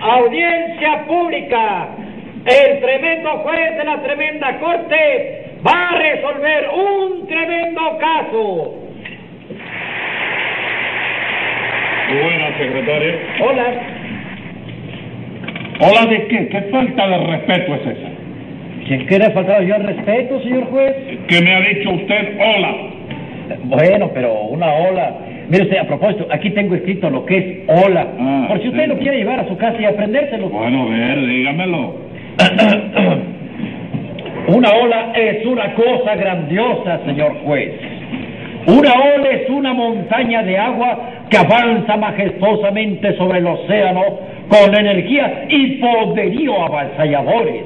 audiencia pública. El tremendo juez de la tremenda corte va a resolver un tremendo caso. Muy buenas, secretario. Hola. Hola, ¿de qué? ¿Qué falta de respeto es esa? ¿Quién quiere faltar yo al respeto, señor juez? Que me ha dicho usted hola. Bueno, pero una ola. Mire usted, a propósito, aquí tengo escrito lo que es ola. Ah, por si usted sí. lo quiere llevar a su casa y aprendérselo. Bueno, a ver, dígamelo. Una ola es una cosa grandiosa, señor juez. Una ola es una montaña de agua que avanza majestuosamente sobre el océano con energía y poderío avasalladores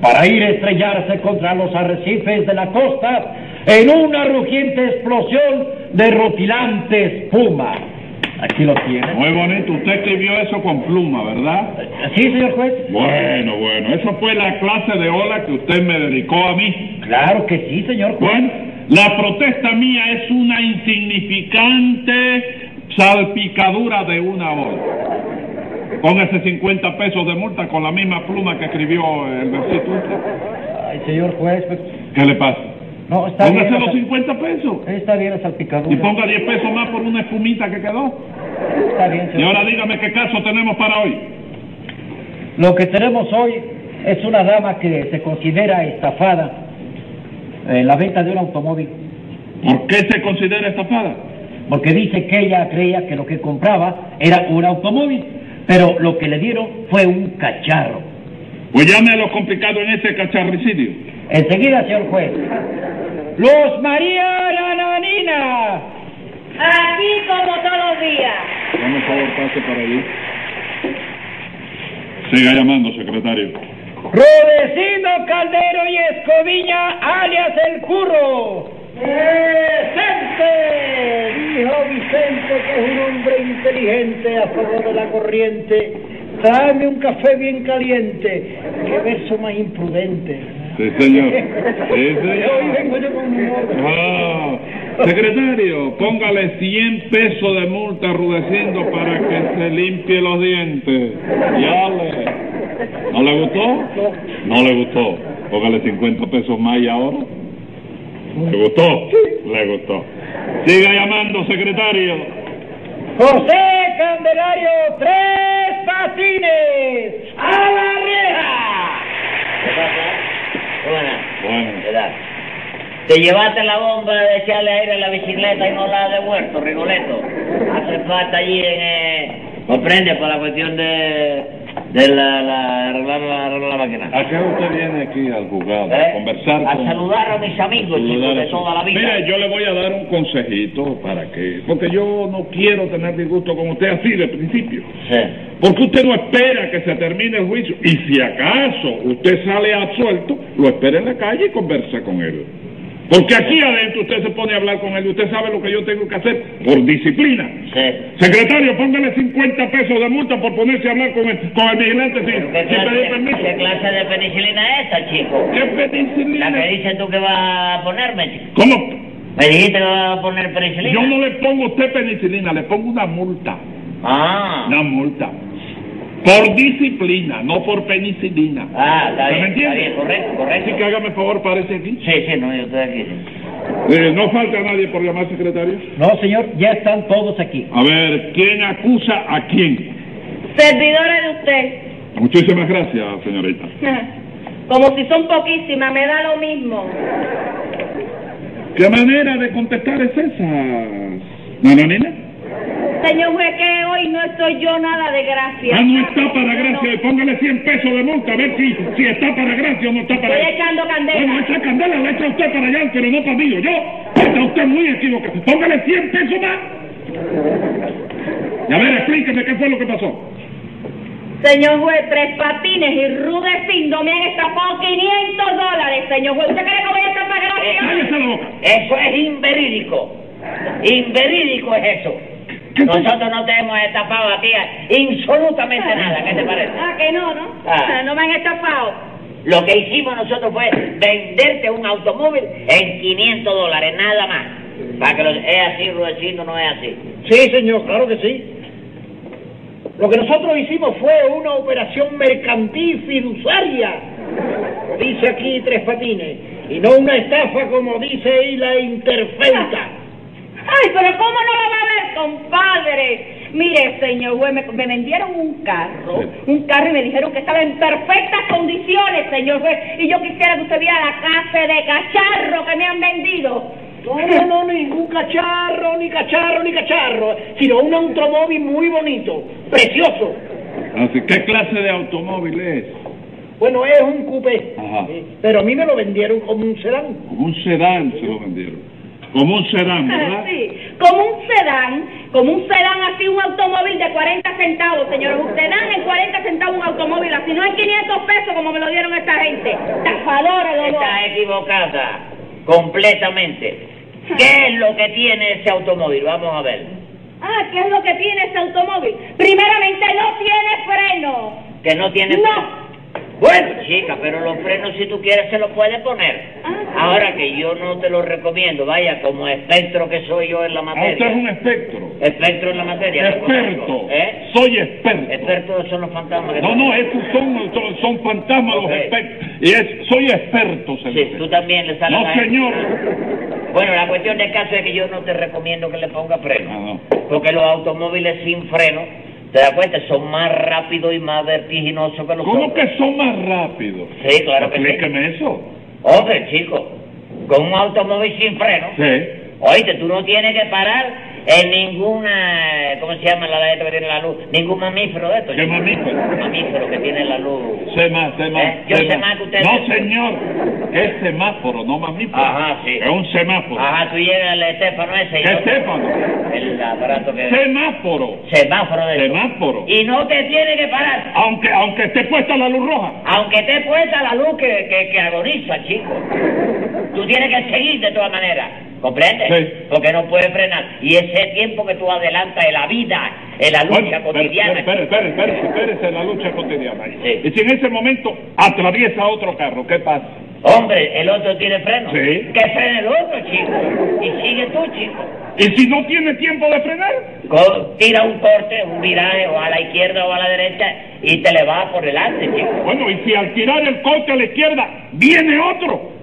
para ir a estrellarse contra los arrecifes de la costa en una rugiente explosión de rutilante espuma. Aquí lo tiene. Muy bonito, usted escribió eso con pluma, ¿verdad? ¿Sí, señor juez? Eh, Bueno, bueno, eso fue la clase de ola que usted me dedicó a mí. Claro que sí, señor juez. Bueno, la protesta mía es una insignificante salpicadura de una ola. Póngase 50 pesos de multa con la misma pluma que escribió el versículo. este. Ay, señor juez, pues, ¿Qué le pasa? no, está bien. Póngase o los sea- 50 pesos. Está bien la salpicadura. Y ponga 10 pesos más por una espumita que quedó. Está bien, Y señor. ahora dígame qué caso tenemos para hoy. Lo que tenemos hoy es una dama que se considera estafada en la venta de un automóvil ¿Por qué se considera estafada? porque dice que ella creía que lo que compraba era un automóvil, pero lo que le dieron fue un cacharro. Pues llame a lo complicado en este cacharricidio. Enseguida, señor juez. Luz María Nananina. Aquí como todos los días. Dame un favor, pase para allí. Siga llamando, secretario. Rudecindo Caldero y Escoviña, alias El Curro. ¡Presente! Dijo Vicente, que es un hombre inteligente a favor de la corriente. Tráeme un café bien caliente. Qué verso más imprudente. Sí, señor. Sí, Hoy vengo señor. yo con humor. Ah, secretario, póngale 100 pesos de multa rudeciendo para que se limpie los dientes. Ya le- ¿No le gustó? No le gustó. Póngale 50 pesos más y ahora. ¿Le gustó? Le gustó. Siga llamando, secretario. José Candelario, tres patines. ¡A la reja! ¿Qué pasa? ¿Cómo era? Bueno, ¿Qué tal? Te llevaste la bomba de echarle aire a la bicicleta y no la has devuelto, Rigoleto. Hace falta allí en... Eh, ¿Comprende? Para la cuestión de... De la... la arreglar la, arreglar la máquina. ¿a qué hora usted viene aquí al juzgado? ¿Eh? A conversar A con- saludar a mis amigos, chicos, de toda la vida. Mira, yo le voy a dar un consejito para que, porque yo no quiero tener disgusto con usted así de principio. Sí. Porque usted no espera que se termine el juicio y si acaso usted sale absuelto, lo espera en la calle y conversa con él. Porque aquí adentro usted se pone a hablar con él y usted sabe lo que yo tengo que hacer por disciplina. Sí. Secretario, póngale 50 pesos de multa por ponerse a hablar con el, con el vigilante sin, ¿Qué sin pedir clase, permiso. ¿Qué clase de penicilina es esa, chico? ¿Qué La que penicilina? dices tú que va a ponerme, chico. ¿Cómo? Me dijiste que va a poner penicilina. Yo no le pongo a usted penicilina, le pongo una multa. Ah. Una multa. Por disciplina, no por penicilina. Ah, está ¿Me bien, está entiende? bien, correcto, Así que correcto. hágame favor, parece aquí. Sí, sí, no, yo estoy aquí. sí. Eh, no falta nadie por llamar secretario. No, señor, ya están todos aquí. A ver, ¿quién acusa a quién? Servidores de usted. Muchísimas gracias, señorita. Como si son poquísimas, me da lo mismo. ¿Qué manera de contestar es esa, nananina? Señor juez, que hoy no estoy yo nada de gracia. Ah, no está para No, gracia. no. Póngale 100 pesos de multa a ver si, si está para gracia o no está para Estoy echando Bueno, candela. esa candela la echa usted para allá, pero no para mí. Yo, está usted muy equivocado. Póngale 100 pesos más. Y a ver, explíqueme qué fue lo que pasó. Señor juez, tres patines y Rudecindo me han estafado 500 dólares, señor juez. ¿Usted cree que voy a estar Eh, para gracia? Cállese la boca. Eso es inverídico. Inverídico es eso. ¿Qué cosa? Nosotros no te hemos estafado a ti a- absolutamente nada, ¿qué te parece? Ah, que no, ¿no? Ah. No me han estafado. Lo que hicimos nosotros fue venderte un automóvil en 500 dólares, nada más. Para que lo... Es así, Rudecindo, no es así. Sí, señor, claro que sí. Lo que nosotros hicimos fue una operación mercantil fiduciaria, como dice aquí Tres Patines, y no una estafa como dice ahí la interfeita. Ay, pero ¿cómo no lo va a ver, compadre? Mire, señor juez, me, me vendieron un carro, un carro y me dijeron que estaba en perfectas condiciones, señor juez, y yo quisiera que usted viera la clase de cacharro que me han vendido. No, no, no, ningún cacharro, ni cacharro, ni cacharro, sino un automóvil muy bonito, precioso. Así, ¿qué clase de automóvil es? Bueno, es un coupé, Ajá. eh, pero a mí me lo vendieron como un sedán. Como un sedán se lo vendieron. Como un sedán, ¿verdad? Ah, Sí, como un sedán, como un sedán así, un automóvil de 40 centavos, señores. Usted dan en 40 centavos un automóvil así, no en 500 pesos como me lo dieron esta gente. Estafadores los dos. Está equivocada, completamente. ¿Qué es lo que tiene ese automóvil? Vamos a ver. Ah, ¿qué es lo que tiene ese automóvil? Primeramente, no tiene freno. Que no tiene... No. Bueno, chica, pero los frenos si tú quieres se los puedes poner. Ah. Ahora que yo no te los recomiendo, vaya, como espectro que soy yo en la Ah, usted es un materia. espectro. Espectro en la materia. lo Experto. conozco, ¿Eh? Soy experto. Experto son los fantasmas que No, no, estos son, son, son fantasmas Ok. los espectros. Y es, soy experto, se Sí, dice. tú también le sales No, a él. señor. Bueno, la cuestión del caso es que yo no te recomiendo que le ponga freno. Ah, No, no. Porque los automóviles sin freno, te das cuenta, son más rápidos y más vertiginosos que los ¿Cómo otros. que son más rápidos? Sí, claro que sí. Explíqueme eso. Hombre, chico, con un automóvil sin freno, Sí. oíste, tú no tienes que parar en ninguna, eh, ¿cómo se llama la letra que tiene la luz? Ningún mamífero de estos. ¿Qué chico. mamífero? Mamífero que tiene la luz. Sé más, sé más. Eh, yo sé más que usted. No, señor. Que es semáforo, no mamífero. Ajá, sí. Es un semáforo. Ajá, tú llegas al estéfano ese. y ¿Qué no- semáforo? El aparato que... Semáforo. semáforo de esos. Semáforo. Y no te tiene que parar. Aunque, aunque esté puesta la luz roja. Aunque te puesta la luz que, que, que agoniza, chico. Tú tienes que seguir de todas maneras. ¿Comprendes? Sí. Porque no puedes frenar. Y ese tiempo que tú adelantas en la vida, en la lucha Bueno, cotidiana. espere, espere, espere, espérese en la lucha cotidiana. Sí. Y si en ese momento atraviesa otro carro, ¿qué pasa? Hombre, el otro tiene freno. Sí. Que frene el otro, chico. Y sigue tú, chico. ¿Y si no tiene tiempo de frenar? Co- Tira un corte, un viraje, o a la izquierda o a la derecha, y te le vas por delante, chico. Bueno, y si al tirar el corte a la izquierda viene otro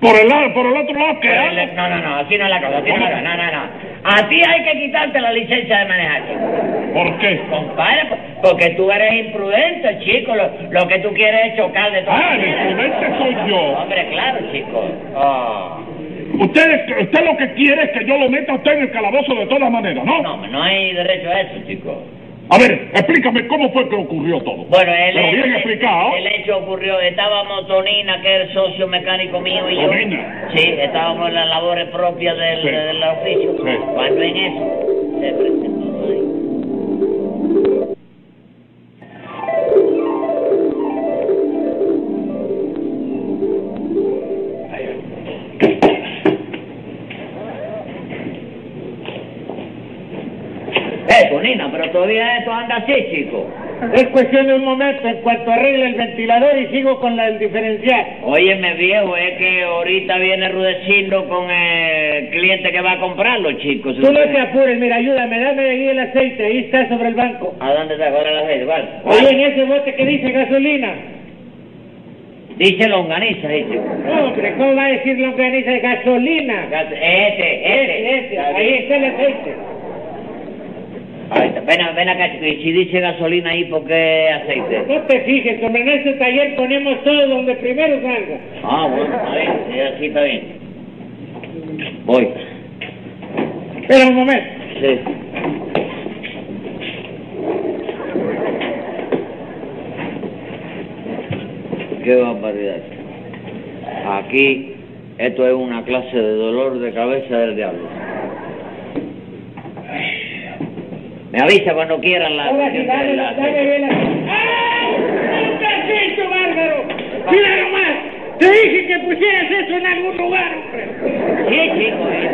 por el lado, por el otro lado que hago? No, no, no, así no es la cosa, así no es la cosa, no, no, no. A ti hay que quitarte la licencia de manejar, chico. ¿Por qué? Compadre, po- porque tú eres imprudente, chico. Lo, lo que tú quieres es chocar de todas Ah, el maneras. imprudente soy yo. Hombre, claro, chico. Ah. Usted, usted lo que quiere es que yo lo meta a usted en el calabozo de todas maneras, ¿no? No, no hay derecho a eso, chico. A ver, explícame cómo fue que ocurrió todo. Bueno, el, Pero bien el- explicado. el hecho ocurrió. Estábamos Tonina, que es el socio mecánico mío y yo. Tonina. Sí, estábamos en las labores propias del, Sí. del oficio. Sí. Cuando en eso se presentó ahí. Eh, Tonina, pero todavía esto anda así, chico. Es cuestión de un momento, en cuanto arregle el ventilador y sigo con la del diferencial. Óyeme viejo, es que ahorita viene Rudecindo con el cliente que va a comprarlo, chicos. Tú no te apures, mira, ayúdame, dame ahí el aceite, ahí está sobre el banco. ¿A dónde te ahora la gente? Vale. Ahí en ese bote que dice gasolina. este- Dice longaniza, dice. No, hombre, ¿cómo va a decir lo que dice gasolina? Este, Ese, este. ese, ahí está el aceite. Ahí está. Ven, a- ven acá, chico. Y si dice gasolina ahí, ¿por qué aceite? No te fijes, hombre, en este taller ponemos todo donde primero salga. Ah, bueno, está bien. Sí, así está bien. Voy. Espera un momento. Sí. Qué barbaridad. Aquí, esto es una clase de dolor de cabeza del diablo. Me avisa cuando quieran la... Ahora sí, dale, la- dame bien la... ¡Ay! ¡No te has hecho, bárbaro! ¡Mira nomás! Te dije que pusieras eso en algún lugar, hombre. Sí, chico, eh.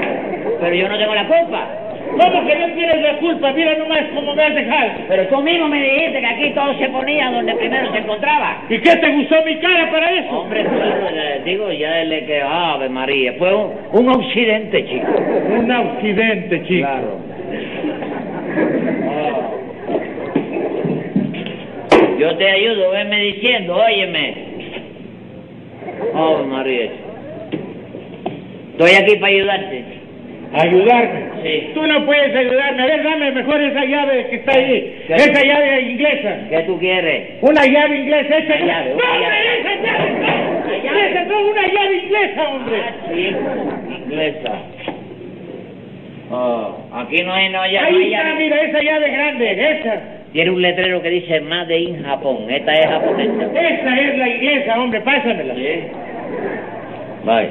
pero yo no tengo la culpa. ¿Cómo que no tienes la culpa? Mira nomás cómo me has dejado. Pero tú mismo me dijiste que aquí todo se ponía donde primero se encontraba. ¿Y qué te gustó mi cara para eso? Hombre, claro, eh, digo, ya él es que... Ave María, fue un, un accidente, chico. Un accidente, chico. Claro. Oh. Yo te ayudo, venme diciendo, óyeme. Oh, María. Estoy aquí para ayudarte. ¿Ayudarme? Sí. Tú no puedes ayudarme. A ver, dame mejor esa llave que está ahí. ¿Qué? Esa llave inglesa. ¿Qué tú quieres? Una llave inglesa. Esa Una llave, una ¡No, llave. esa llave no! Una llave. Esa no, una llave inglesa, hombre. Ah, sí. Inglesa. Oh, aquí no hay, no hay, no hay Ahí está, llave. mira, esa llave grande. Esa. Tiene un letrero que dice Made in Japón. Esta es japonesa. Esa es la inglesa, hombre. Pásamela. Sí. Vale.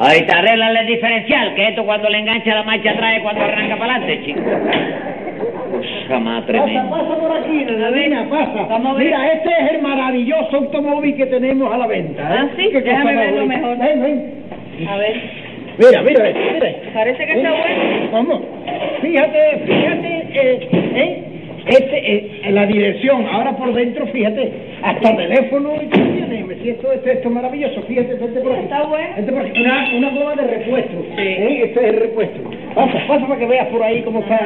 Ahí te arreglan el diferencial, que esto cuando le engancha la marcha trae cuando arranca para adelante, chico. Cosa más Pasa, tremenda. pasa por aquí, Nanadina, pasa. Mira, este es el maravilloso automóvil que tenemos a la venta. ¿eh? Ah, sí, Qué cosa déjame más verlo bonita. mejor. Ven, ven. A ver, Mira, mira, mira. mira. parece que está bueno. ¿Cómo? Fíjate, fíjate, eh, eh, este, eh, en la dirección, ahora por dentro, fíjate, hasta teléfono y todo tiene, me siento, esto, esto es maravilloso, fíjate, vente por aquí. Está bueno. Vente por aquí, una, una goma de repuesto, ¿eh? este es el repuesto. Pasa, pasa para que veas por ahí cómo está,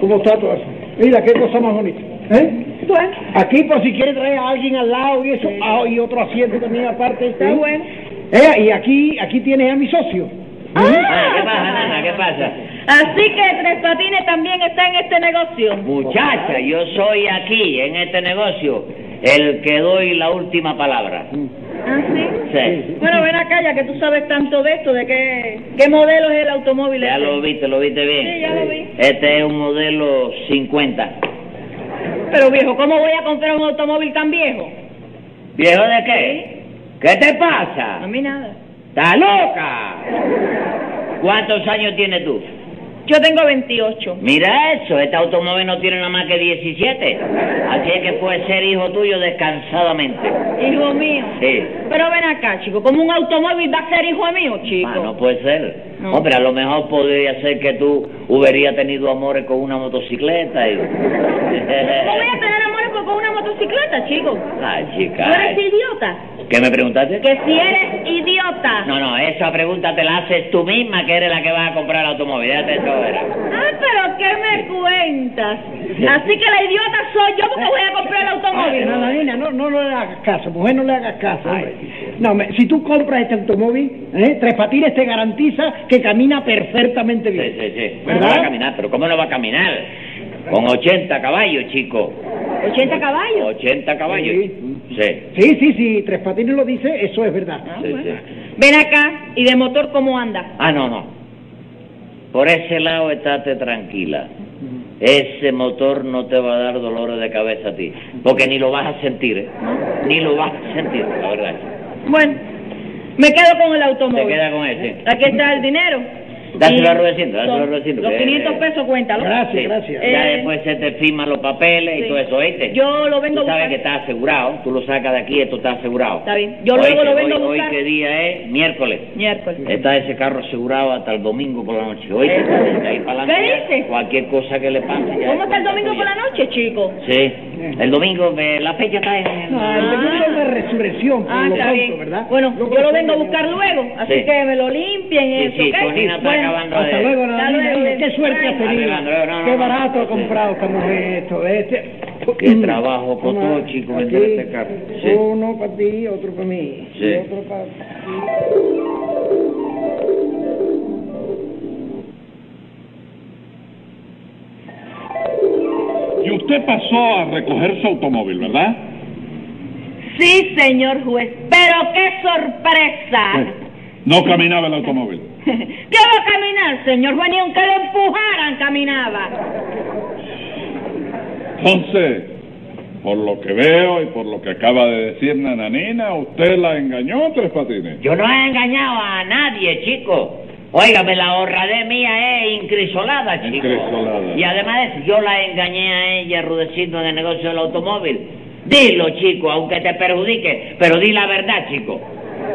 cómo está todo eso. Mira, qué cosa más bonita, ¿eh? Bueno, Aquí por si quiere traer a alguien al lado y eso, ah, y otro asiento también aparte. está ¿eh? bueno. Eh, y aquí, aquí tienes a mi socio. Ah, ¿Qué pasa, nana? ¿Qué pasa? Así que Tres Patines también está en este negocio. Muchacha, yo soy aquí, en este negocio, el que doy la última palabra. ¿Ah, sí? Sí. Bueno, ven acá, ya que tú sabes tanto de esto, de qué, qué modelo es el automóvil. Ya este. lo viste, lo viste bien. Sí, ya lo vi. Este es un modelo 50. Pero viejo, ¿cómo voy a comprar un automóvil tan viejo? ¿Viejo de qué? ¿Qué te pasa? A mí nada. ¡Está loca! ¿Cuántos años tienes tú? Yo tengo 28. Mira eso, este automóvil no tiene nada más que 17. Así es que puede ser hijo tuyo descansadamente. Hijo mío. Sí. Pero ven acá, chico, como un automóvil va a ser hijo mío, chico. Ah, no puede ser. No. Hombre, a lo mejor podría ser que tú hubieras tenido amores con una motocicleta. Y... Pues ¿Cómo voy a tener amores con con una motocicleta, chico? Ay, ¿Tú chica. eres idiota? ¿Qué me preguntaste? Que si eres idiota. No, no, esa pregunta te la haces tú misma, que eres la que vas a comprar el automóvil. Déjate de jodera. Ah, pero ¿qué me cuentas? Así que la idiota soy yo porque voy a comprar el automóvil. No, Nananina, no, no, no le hagas caso, mujer, no le hagas caso. hombre. No, me- si tú compras este automóvil, ¿eh? Tres Patines te garantiza que camina perfectamente Sí, bien. sí, sí. ¿Verdad? No va a caminar, pero ¿cómo no va a caminar? Con 80 caballos, chico. 80 caballos. 80 caballos. Sí. Sí, Sí, sí, sí, Tres Patines lo dice, eso es verdad. sí. Ven acá, ¿y de motor cómo anda? Ah, no, no. Por ese lado estate tranquila. Ese motor no te va a dar dolores de cabeza a ti, porque ni lo vas a sentir, ¿eh? Ni lo vas a sentir, la verdad. Bueno, me quedo con el Te automóvil. queda con ese. Aquí está el dinero. Dáselo Y a Rudecindo, dáselo a Rudecindo, Los que- 500 pesos, cuéntalo. Gracias, Sí. gracias. Ya Eh, después se te firman los papeles Sí. y todo eso, ¿oíste? Yo lo vengo Tú a buscar. sabes que está asegurado, tú lo sacas de aquí, esto está asegurado. Está bien. Yo luego lo vengo a hoy- buscar. Hoy qué día es, miércoles. Miércoles. Está ese carro asegurado hasta el domingo por la noche. ¿Oíste? De ahí para adelante ¿Eh? ¿Qué ya, dices? Cualquier cosa que le pase. ¿Cómo ya es está el cuenta domingo tuya. por la noche, chico? Sí, el domingo, eh, la fecha está en el... Ah, el domingo es la resurrección, por Ah, lo está tanto, bien. ¿verdad? Bueno, Luego yo lo lo vengo a pongo. buscar luego, así Sí. que me lo limpien y Sí, eso, sí, ¿ok? Tonina está Bueno, acabando Hasta de... luego, Hasta Nananina, luego. mira, qué suerte has Bye. tenido. Alejandro, no, no, qué no, barato no, ha sí. comprado esta mujer esto, este. Qué trabajo costó, Toma, chico, aquí. vender este carro. Sí. Uno para ti, otro para mí. Sí. y otro para ti. Y usted pasó a recoger su automóvil, ¿verdad? Sí, señor juez, pero qué sorpresa. No caminaba el automóvil. ¿Qué va a caminar, señor juez? Ni aunque lo empujaran, caminaba. Entonces, por lo que veo y por lo que acaba de decir Nananina, usted la engañó, Tres Patines. Yo no he engañado a nadie, chico. Óigame, la honradez mía es incrisolada, chico. Incrisolada. Y además de eso, yo la engañé a ella, Rudecindo, en el negocio del automóvil. Dilo, chico, aunque te perjudique, pero di la verdad, chico.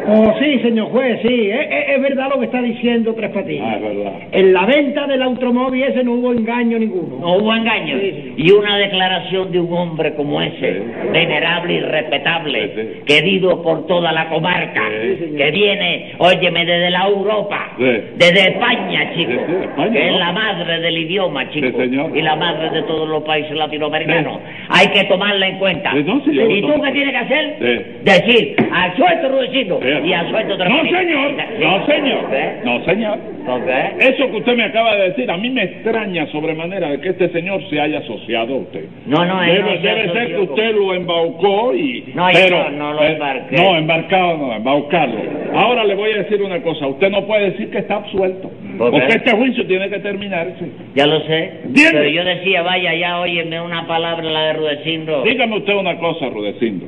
Oh, sí, señor juez, sí, es, es- es verdad lo que está diciendo Tres Patines. Ah, es verdad. En la venta del automóvil ese no hubo engaño ninguno. No hubo engaño. Sí, Y una declaración de un hombre como ese, Sí. venerable y respetable, Sí, sí. querido por toda la comarca, Sí, señor. que viene, óyeme, desde la Europa, Sí. desde España, chico, Sí, sí, España, que es ¿no? la madre del idioma, chico, señor. y la madre de todos los países latinoamericanos. hay que tomarla en cuenta. Sí, no, señor, ¿Y tú no. qué tienes que hacer? Sí. Decir, al suelto Rudecito Sí. y al suelto ¿Eh? No, señor. No, señor. ¿Qué? No, señor. ¿Por qué? Eso que usted me acaba de decir, a mí me extraña sobremanera de que este señor se haya asociado a usted. No, no, él Debe, no se debe ser que asoció con- usted lo embaucó y... No, yo pero, no- no lo eh, embarqué. No, embarcado no, embaucarlo. Ahora le voy a decir una cosa, usted no puede decir que está absuelto, ¿Por qué? porque este juicio tiene que terminarse. Ya lo sé. Bien. Pero yo decía, vaya ya, óyeme una palabra la de Rudecindo. Dígame usted una cosa, Rudecindo.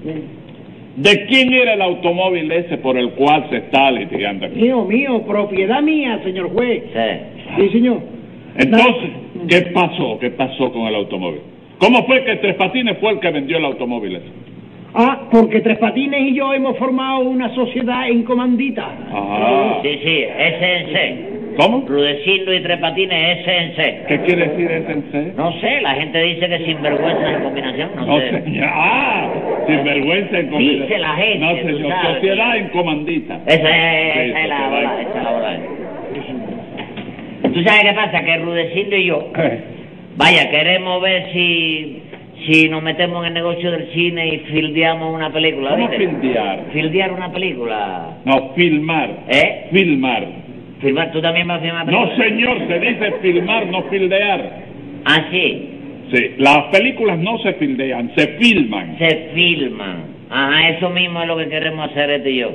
¿De quién era el automóvil ese por el cual se está litigando aquí? Mío, mío, propiedad mía, señor juez. Sí. Sí, señor. Entonces, ¿qué pasó? ¿Qué pasó con el automóvil? ¿Cómo fue que Tres Patines fue el que vendió el automóvil ese? Ah, porque Tres Patines y yo hemos formado una sociedad en comandita. Ah, Sí, sí, SNC. ¿Cómo? Rudecindo y Tres Patines, SNC. ¿Qué quiere decir ese No sé, la gente dice que sinvergüenza en combinación, no, No, sé. señor. Ah, sinvergüenza en comandita. Dice la gente, No, tú señor. sabes. Sociedad en comandita. Esa es, Sí, esa es la sociedad bola, en- esa es la bola. ¿Tú sabes qué pasa? Que Rudecindo y yo, vaya, queremos ver si, si nos metemos en el negocio del cine y fildeamos una película, ¿Cómo ¿viste? fildear? Fildear una película. No, filmar. ¿Eh? Filmar. Filmar, ¿Tú también vas a filmar No, películas? señor, se dice filmar, no fildear. Ah, sí. Sí, las películas no se fildean, se filman. Se filman. Ajá, eso mismo es lo que queremos hacer este y yo.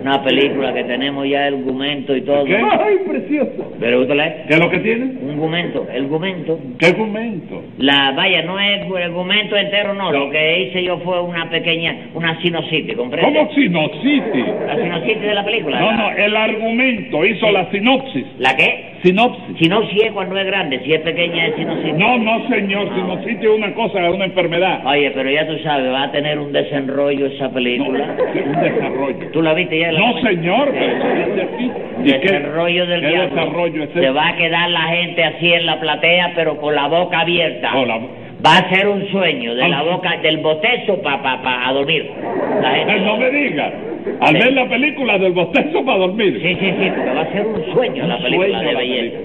Una película que tenemos ya el argumento y todo. ¿Qué? ¡Ay, precioso! ¿Pero usted la- ¿Qué es lo que tiene? Un argumento, el argumento. ¿Qué argumento? La, vaya, no es el argumento entero, no. Lo que hice yo fue una pequeña, una sinopsis, ¿comprende? ¿Cómo sinopsis? La sinopsis de la película. No, eh. la- no, el argumento hizo la sinopsis. ¿La qué? Sinopsis. Sinopsis es cuando es grande, si es pequeña es sinopsis. No, no, señor, Ah, sinopsis es una cosa, es una enfermedad. Oye, pero ya tú sabes, va a tener un desenrollo esa No, película. es un desarrollo. ¿Tú la viste ya? la No, comenta? señor, pero Sí. se dice aquí. ¿Y qué- Desarrollo del qué diablo. desarrollo es Se ese? va a quedar la gente así en la platea, pero con la boca abierta. Con la- Va a ser un sueño, de la Ah. boca, del botezo para pa, pa, a dormir. La gente- Ay, No me diga. Al Sí. ver la película del bostezo para dormir. Sí, sí, sí, porque va a ser un sueño la Un película sueño de la belleza.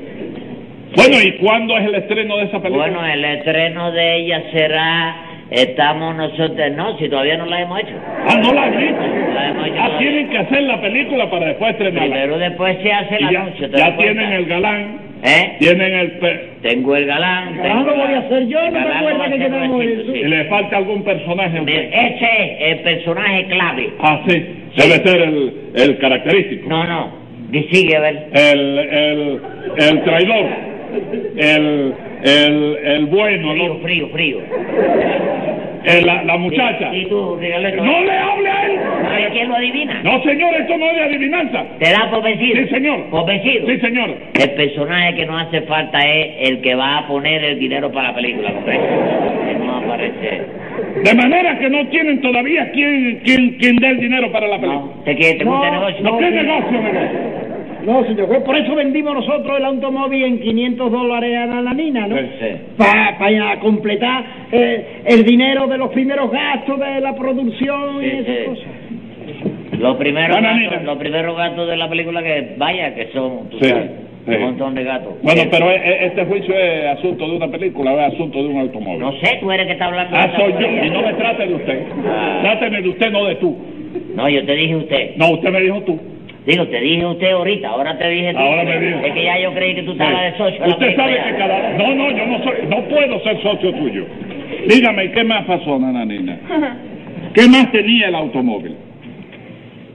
Bueno, ¿y cuándo es el estreno de esa película? Bueno, eh. el estreno de ella será... Estamos nosotros... No, si todavía no la hemos hecho. Ah, no la han No la hemos hecho. hecho Ah, todavía. tienen que hacer la película para después estrenarla. Primero después se hace el Y ya anuncio. ¿te ya das cuenta? tienen el galán, ¿Eh? tienen el... pe- Tengo el galán. Galán tengo lo voy la- a hacer yo, no me galán acuerdo lo va a que hacer quedamos Rudecindo, en- sí. Y le falta algún personaje. a usted. Ese es el personaje clave. Ah, sí. Debe ser el, el característico. No, no. di- Sigue, a ver. El, el, el traidor. El, el, el bueno, Frío, ¿no? frío, frío. El- la, la muchacha. Y tú, Rigoletto. ¡No le hable a él! ¿Sabes quién lo adivina? No, señor, esto no es de adivinanza. ¿Te da por vencido? Sí, señor. ¿Por vencido? Sí, señor. El personaje que no hace falta es el que va a poner el dinero para la película, ¿comprende? Que no aparece. De manera que no tienen todavía quien, quien, quien dé el dinero para la película. ¿Te, quiere, te gusta el negocio? ¿No qué negocio, negocio? No, señor juez, por eso vendimos nosotros el automóvil en 500 dólares a la nina, ¿no? Sí. Sí. Para completar eh, el dinero de los primeros gastos de la producción y Sí, esas eh, sí. cosas. Los primeros, Bueno, gatos, mira. los primeros gatos de la película que, vaya, que son, tú Sí, sabes, sí. un montón de gatos. Bueno, Sí. pero e- e- este juicio es asunto de una película, o es asunto de un automóvil. No sé, tú eres que está hablando de Ah, esa soy yo. porquería. Y no me trate de usted. Ah. Tráteme de usted, no de tú. No, yo te dije usted. No, usted me dijo tú. Digo, te dije usted ahorita, ahora te dije tú. Ahora me dijo. Es que ya yo creí que tú estabas de socio. en la Usted sabe película que ya. cada... No, no, yo no soy... No puedo ser socio tuyo. Dígame, ¿qué más pasó, Nananina? ¿Qué más tenía el automóvil?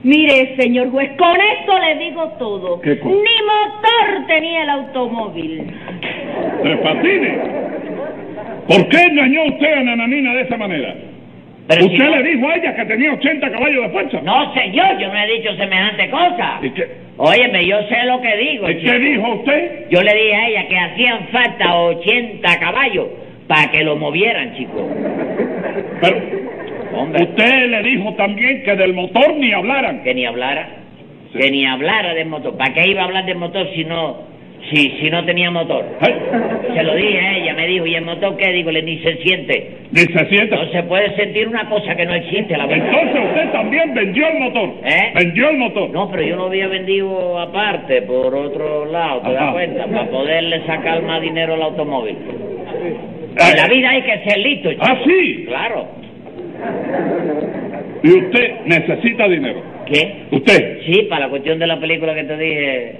Mire, señor juez, con esto le digo todo. ¿Qué Ni cosa? motor tenía el automóvil. Tres patines. ¿Por qué engañó usted a Nananina de esa manera? Pero si usted Eh, no- le dijo a ella que tenía 80 caballos de fuerza. No, señor, yo no he dicho semejante cosa. ¿Y qué, Óyeme, yo sé lo que digo. y chico. qué dijo usted? Yo le dije a ella que hacían falta 80 caballos para que lo movieran, chico. Pero... Hombre. Usted le dijo también que del motor ni hablaran. Que ni hablara. Sí. Que ni hablara del motor. ¿Para qué iba a hablar del motor si no, si, si no tenía motor? Ay, Se lo dije a ella, me dijo, ¿y el motor qué? Digo, le ni se siente. Dice, sienta. No se puede sentir una cosa que no existe, la verdad. Entonces usted también vendió el motor. ¿Eh? Vendió el motor. No, pero yo lo había vendido aparte, por otro lado, Ajá. ¿te Eh. das cuenta? Para poderle sacar más dinero al automóvil. En la vida hay que ser listo, chico. ¿Ah, sí? Claro. Y usted necesita dinero. ¿Qué? Usted. Sí, para la cuestión de la película que te dije.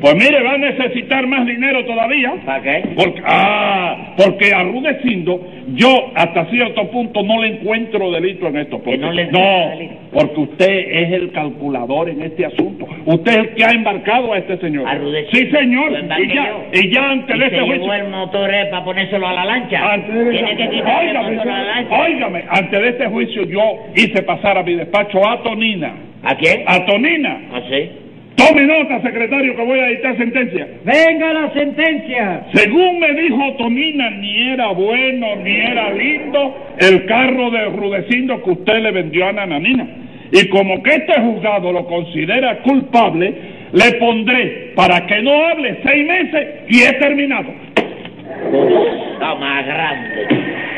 Pues mire, va a necesitar más dinero todavía. ¿Para qué? Porque, ah, porque arrudeciendo, yo hasta cierto punto no le encuentro delito en esto. Porque, Que no le no, encuentra delito. porque usted es el calculador en este asunto. Usted es el que ha embarcado a este señor. Arrudecido. Sí, señor. Lo embarqué Y ya, yo. y ya antes de Y se este llevó juicio... el motor eh, para ponérselo a la lancha. Antes de- este Tiene que quitarle el Óigame, motor a la lancha. óigame, antes de este juicio yo hice pasar a mi despacho a Tonina. ¿A quién? A Tonina. ¿Ah, sí? Tome nota, secretario, que voy a dictar sentencia. ¡Venga la sentencia! Según me dijo Tonina, ni era bueno ni era lindo el carro de Rudecindo que usted le vendió a Nananina. Y como que este juzgado lo considera culpable, le pondré para que no hable seis meses y he terminado. No, más grande.